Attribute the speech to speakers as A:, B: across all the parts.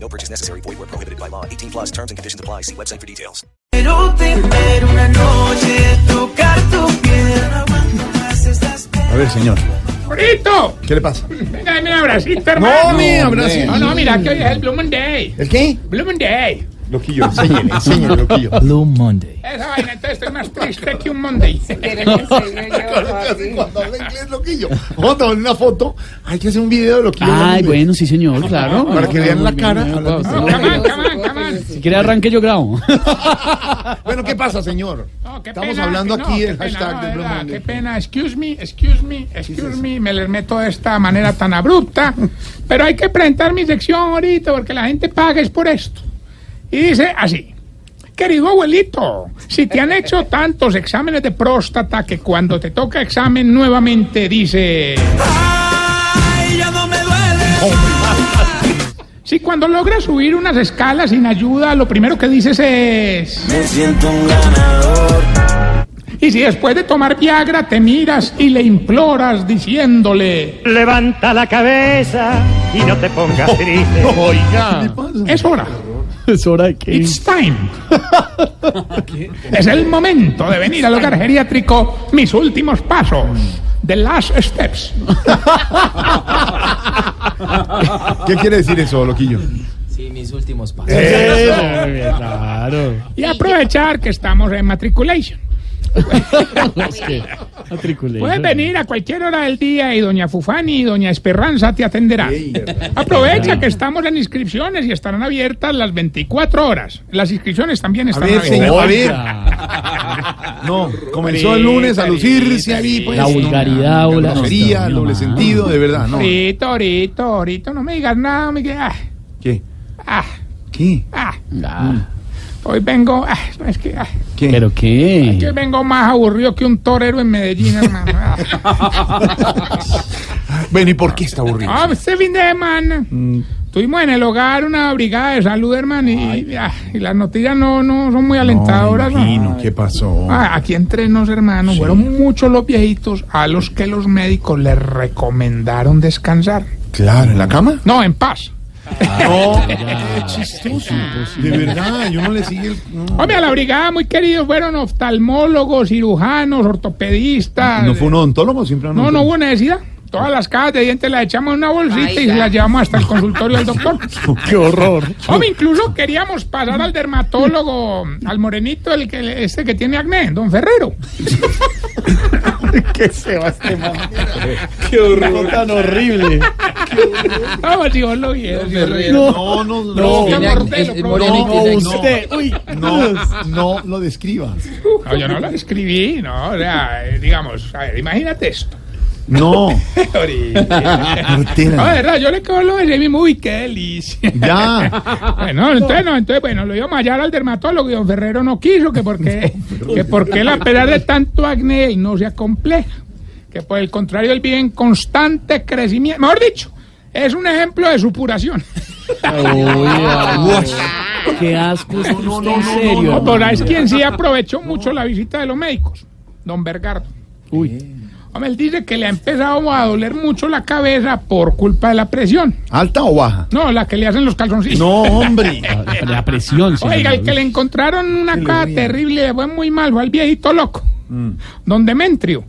A: No purchase necessary. Void where prohibited by law. 18 plus terms and conditions apply. See website for details.
B: Pero te espero una noche tocar tu piel. Aguanto más estas penas.
C: A ver, señor,
D: ¡Brito!
C: ¿qué le pasa?
D: Venga, dame un abracito, hermano.
C: mi abrazo.
D: No, no, mira que hoy es el Blue Monday.
C: ¿El qué?
D: Blue Monday.
C: Loquillo, enséñele, enséñele, loquillo.
E: Blue Monday.
D: Esa vaina, entonces estoy más triste que un Monday.
C: Cuando habla inglés, loquillo. Vamos a tomar una foto. Hay que hacer un video de loquillo.
E: Ay,
C: hablando inglés.
E: bueno, sí, señor, claro.
C: Ah, Para que vean la
E: Muy
C: cara.
E: bien,
C: hablando inglés.
E: wow,
D: Come on, come on, come on.
E: Si quiere arranque, yo grabo.
C: Bueno, ¿qué pasa, señor?
D: No, qué
C: Estamos
D: pena,
C: hablando
D: no,
C: aquí
D: qué
C: del
D: pena, no,
C: hashtag del
D: de
C: Blue
D: verdad,
C: Monday.
D: Qué pena, excuse me, excuse me, excuse me, me les meto de esta manera tan abrupta. Pero hay que presentar mi sección ahorita porque la gente paga es por esto. Y dice así. Querido abuelito, si te han hecho tantos exámenes de próstata que cuando te toca examen nuevamente dice...
B: Ay, ya no me duele.
D: Si cuando logras subir unas escalas sin ayuda, lo primero que dices es...
B: Me siento un ganador.
D: Y si después de tomar Viagra te miras y le imploras diciéndole...
F: Levanta la cabeza y no te
D: Oh.
F: pongas triste.
C: ¿Qué pasa?
D: Es hora.
E: es hora de que.
D: It's time. es el momento de venir al hogar geriátrico mis últimos pasos. The last steps.
C: ¿Qué quiere decir eso, loquillo?
E: Claro.
D: Y aprovechar que estamos en matriculation.
E: Es que. matriculé.
D: Puedes venir a cualquier hora del día y doña Fufani y doña Esperanza te atenderán. Aprovecha que estamos en inscripciones y estarán abiertas las 24 horas. Las inscripciones también
C: A
D: están
C: ver,
D: abiertas.
C: señor, a ver.
E: Oiga,
C: No, comenzó el lunes a lucirse ahí, pues.
E: La
C: no,
E: vulgaridad o la-
C: grosería, el doble
E: No, no, no.
C: sentido, de verdad, no.
D: Ahorita, ahorita, ahorita, no me digas nada, Miguel. Ah,
C: ¿Qué?
D: ah,
C: ¿Qué?
D: ah.
E: Ah,
D: Hoy vengo, ah, no, es que, ah,
C: Mm, ¿Qué?
E: ¿Pero
D: que hoy
E: qué?
D: vengo más aburrido que un torero en Medellín, hermano. Ah.
C: Bueno, ¿y por qué está aburrido?
D: Ah, este fin de semana.
C: Mm.
D: Estuvimos en el hogar una brigada de salud, hermano, y, ah, y las noticias no, no son muy alentadoras.
C: No,
D: ¿no?
C: me imagino, ¿qué pasó?
D: Ah, aquí entre nos, hermano, fueron muchos los viejitos a los que los médicos les recomendaron descansar.
C: Claro, ¿en la cama?
D: No, en paz.
C: No, qué chistoso. De verdad, yo no le sigue el. no.
D: Hombre, a la brigada, muy queridos, fueron oftalmólogos, cirujanos, ortopedistas.
C: ¿No fue un odontólogo? Siempre
D: No, no hubo necesidad. Todas las cajas de dientes las echamos en una bolsita y las llevamos hasta el consultorio del doctor.
C: ¡Qué horror!
D: Hombre, Oh, incluso queríamos pasar al dermatólogo, al morenito, el que este que tiene acné, don Ferrero.
E: este tan horrible.
D: Vamos, si vos Ah, pues lo vieras, si vos lo vieras.
C: No, no, no.
D: Don
C: No,
D: Mortelo,
C: no,
D: probablemente.
C: usted, uy, no, no lo describa.
D: No, yo no lo escribí, no, o sea, eh, digamos, a ver, imagínate esto.
C: No,
D: Ahorita. No, de
C: Mortela.
D: verdad, yo le cojo lo de Jimmy, uy, qué delicia.
C: Ya.
D: Bueno, entonces, no, entonces, bueno, lo íbamos a hallar al dermatólogo y don Ferrero no quiso, que porque, que porque él, a pesar de tanto acné, él no se acompleja. Que por el contrario, él vive en constante crecimiento. Mejor dicho, es un ejemplo de supuración.
E: Oiga, qué asco. es
C: no,
E: usted,
C: no,
E: en
C: no,
E: serio.
C: no,
D: Doctora, es quien sí aprovechó mucho la visita de los médicos, don Bergardo.
E: Uy,
D: Hombre, él dice que le ha empezado a doler mucho la cabeza por culpa de la presión.
C: ¿Alta o baja?
D: No, la que le hacen los calzoncillos.
C: No, hombre.
E: la, la presión. señor.
D: Oiga, el que le encontraron una cosa terrible, le fue muy mal, fue al viejito loco. Don Demetrio.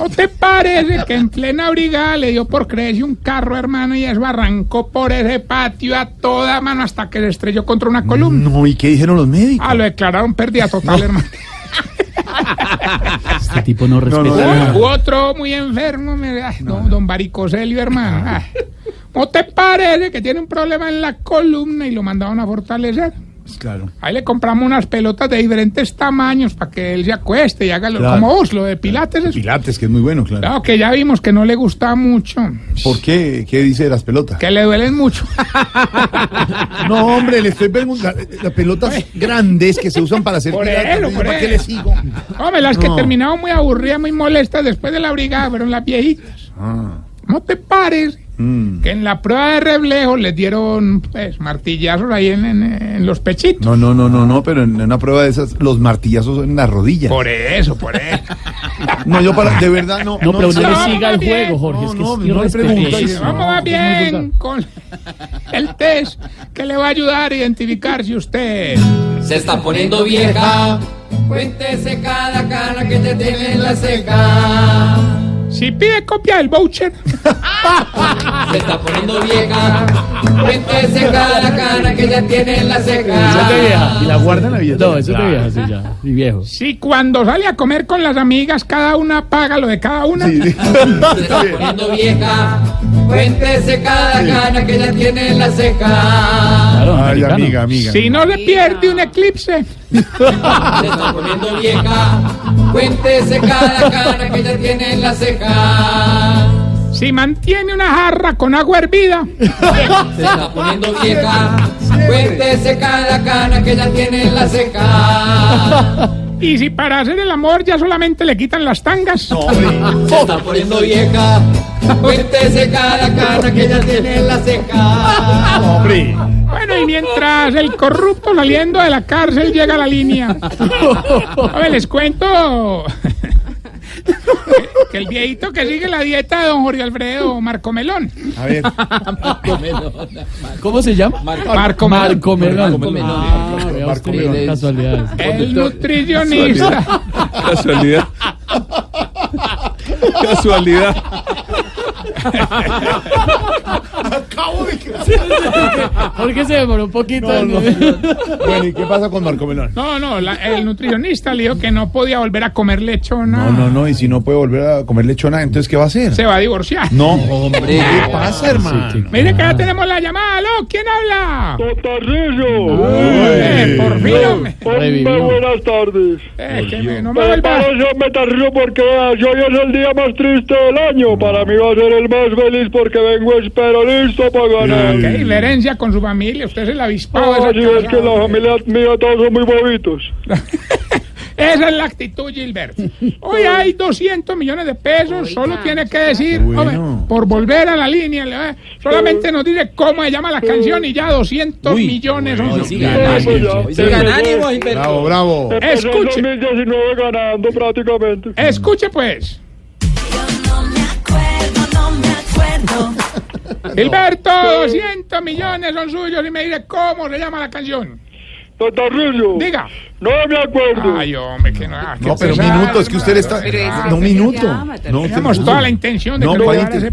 D: ¿No te parece que en plena brigada le dio por creerse un carro, hermano, y eso arrancó por ese patio a toda mano hasta que se estrelló contra una columna?
C: No, ¿y qué dijeron los médicos?
D: Ah, lo declararon pérdida total, hermano.
E: Este tipo no respeta.
C: no,
E: nada.
D: U otro muy enfermo, me- ay, don, don Baricoselio, hermano. ay. ¿No te parece que tiene un problema en la columna y lo mandaron a fortalecer?
C: Pues Claro.
D: Ahí le compramos unas pelotas de diferentes tamaños para que él se acueste y haga lo,
C: Claro.
D: como vos, lo de Pilates. es-
C: Pilates, que es muy bueno, claro.
D: Claro, que ya vimos que no le gusta mucho,
C: ¿Por qué? ¿Qué dice de las pelotas?
D: que le duelen mucho.
C: No, hombre, le estoy preguntando. Las pelotas grandes que se usan para hacer
D: Por
C: pilates,
D: eso,
C: ¿no?
D: por
C: ¿Para qué
D: eso.
C: le sigo?
D: Hombre, las que
C: No.
D: terminaron muy aburridas, muy molestas después de la brigada fueron las viejitas.
C: Ah,
D: No te pares.
C: mm.
D: Que en la prueba de reflejo les dieron pues, martillazos ahí en, en- en los pechitos.
C: No, no, no, no, no, pero en una prueba de esas, los martillazos en las rodillas.
D: Por eso, por eso.
C: No, yo para, de verdad no.
E: No, pero no le
D: no,
E: siga el
D: bien.
E: juego, Jorge. Es que
C: No,
E: es
C: no, no le pregunto.
D: Sí,
E: irrespetuoso.
D: Vamos a bien con el test que le va a ayudar a identificar si usted
G: Se está poniendo vieja. Cuéntese cada cara que te tiene en la ceja.
D: si pide copia del voucher.
G: Se está poniendo vieja. Cuéntese cada cara que te tiene en la
E: Esa es de
G: ceja.
E: vieja.
C: Y la guardan en la billetera.
E: No, eso es de vieja, sí, ya. Y viejo.
D: Si cuando sale a comer con las amigas cada una paga lo de cada una.
C: Sí, sí.
G: Se está poniendo vieja. Cuéntese cada cara que te tiene en la ceja.
E: Claro,
C: Ay,
E: americano.
C: amiga, amiga.
D: Si no le pierde un eclipse.
G: Se está poniendo vieja. Cuéntese cada cara que te tiene en la ceja.
D: Si mantiene una jarra con agua hervida.
G: Se está poniendo vieja. Cuéntese cada cara que ya tiene en la ceja.
D: Y si para hacer el amor ya solamente le quitan las tangas.
G: Se está poniendo vieja. Cuéntese cada cara que ya tiene en la ceja.
C: Hombre.
D: Bueno, y mientras el corrupto saliendo de la cárcel llega a la línea. A ver, les cuento que el viejito que sigue la dieta de don Jorge Alfredo Marcomelón.
C: A ver.
E: ¿Cómo se llama?
D: Marco Melón.
E: Marco Melón.
C: Marco Melón.
E: Ah, vea
C: Marco
E: usted,
C: Melón.
E: casualidades.
D: El nutricionista.
H: Casualidad. Casualidad.
C: Acabo de
E: Jorge se demoró un poquito.
C: No,
E: en-
C: no, no. Bueno, ¿y qué pasa con Marco Melón?
D: No, no, la- el nutricionista le dijo que no podía volver a comer lechona.
C: No, no, no. Y si no puede volver a comer lechona, entonces ¿qué va a hacer? Ah,
D: Se va a divorciar.
C: No. Hombre. ¿Qué pasa, hermano?
D: Mire que ya tenemos la llamada. ¿Aló? ¿Quién habla?
C: Ay.
D: Eh, por fin, hombre.
E: Revivió.
I: Buenas tardes.
D: Eh, que me- no me vuelva.
I: Preparo yo me tarrio porque veas, hoy es el día más triste del año. Para mí va a ser el más feliz porque vengo espero listo para ganar.
D: Qué diferencia con su familia. Usted se la
G: Ah,
D: avispaba.
I: Así es que la familia mía todos son muy bobitos.
D: Esa es la actitud, Gilbert. Hoy hay 200 millones de pesos, solo tiene que decir,
C: Bueno.
D: hombre, por volver a la línea, le va- solamente nos dice cómo se llama la canción y ya 200 millones. son-
C: bueno,
D: Ya,
C: bien,
I: Pues
D: así.
C: bien. Bravo, bravo.
I: eh, Empezó el
D: Escuche. Eh.
I: 2019 ganando prácticamente.
D: Escuche pues, Gilberto, 200 millones son suyos y me dice cómo se llama la canción.
I: Tatarrillo.
D: Diga.
I: No me acuerdo.
D: Ay, hombre, que no. ah, qué
C: No, pero un
D: pesar,
C: minuto, es que usted
D: hermano.
C: está. Ah, No, un minuto. No, usted-
D: Teníamos toda la intención de
C: No,
D: que le
C: vaya
D: llevara
C: inte-
D: ese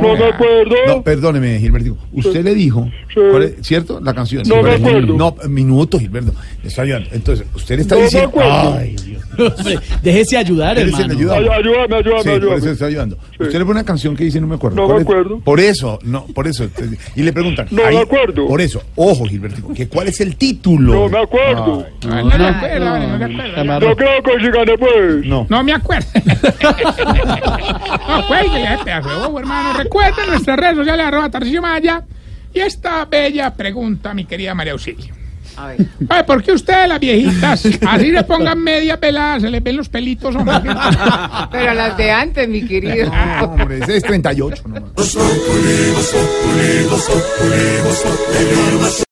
C: No.
I: no me acuerdo.
C: No, perdóneme, Gilberto. Usted le dijo,
I: Sí.
C: ¿cuál es- ¿cierto? La canción.
I: No me
C: Gilberto.
I: acuerdo.
C: No, minuto, Gilberto. Le estoy ayudando. Entonces, usted le está
I: No me
C: diciendo.
I: acuerdo.
C: Ay, Dios.
E: Hombre, déjese ayudar,
C: Él se le
E: hermano.
C: ayuda.
I: Ay, ayúdame, ayúdame,
C: Sí, por
I: ayúdame.
C: eso le está ayudando. Usted le pone una canción que dice no me acuerdo.
I: No me
C: ¿Cuál es?
I: acuerdo.
C: Por eso, no, por eso. Usted- Y le preguntan.
I: No me
C: ahí-
I: acuerdo.
C: Por eso, ojo, Gilbertico, que cuál es el título.
I: No me acuerdo.
C: Ay,
D: No, no me acuerdo, vale, no me acuerdo. ya.
I: Yo creo que si gané pues.
C: no.
D: No me acuerdo. no, cuélguele ese pedazo de bobo, hermano. Recuerden nuestras redes sociales, arroba Tarcisio Maya. Y esta bella pregunta, mi querida María Auxilio. Ay, ¿Por qué ustedes, las viejitas, así le pongan media pelada, se les ven los pelitos, hombre?
J: Pero las de antes, mi querido.
C: No, hombre, ese es 38. nomás.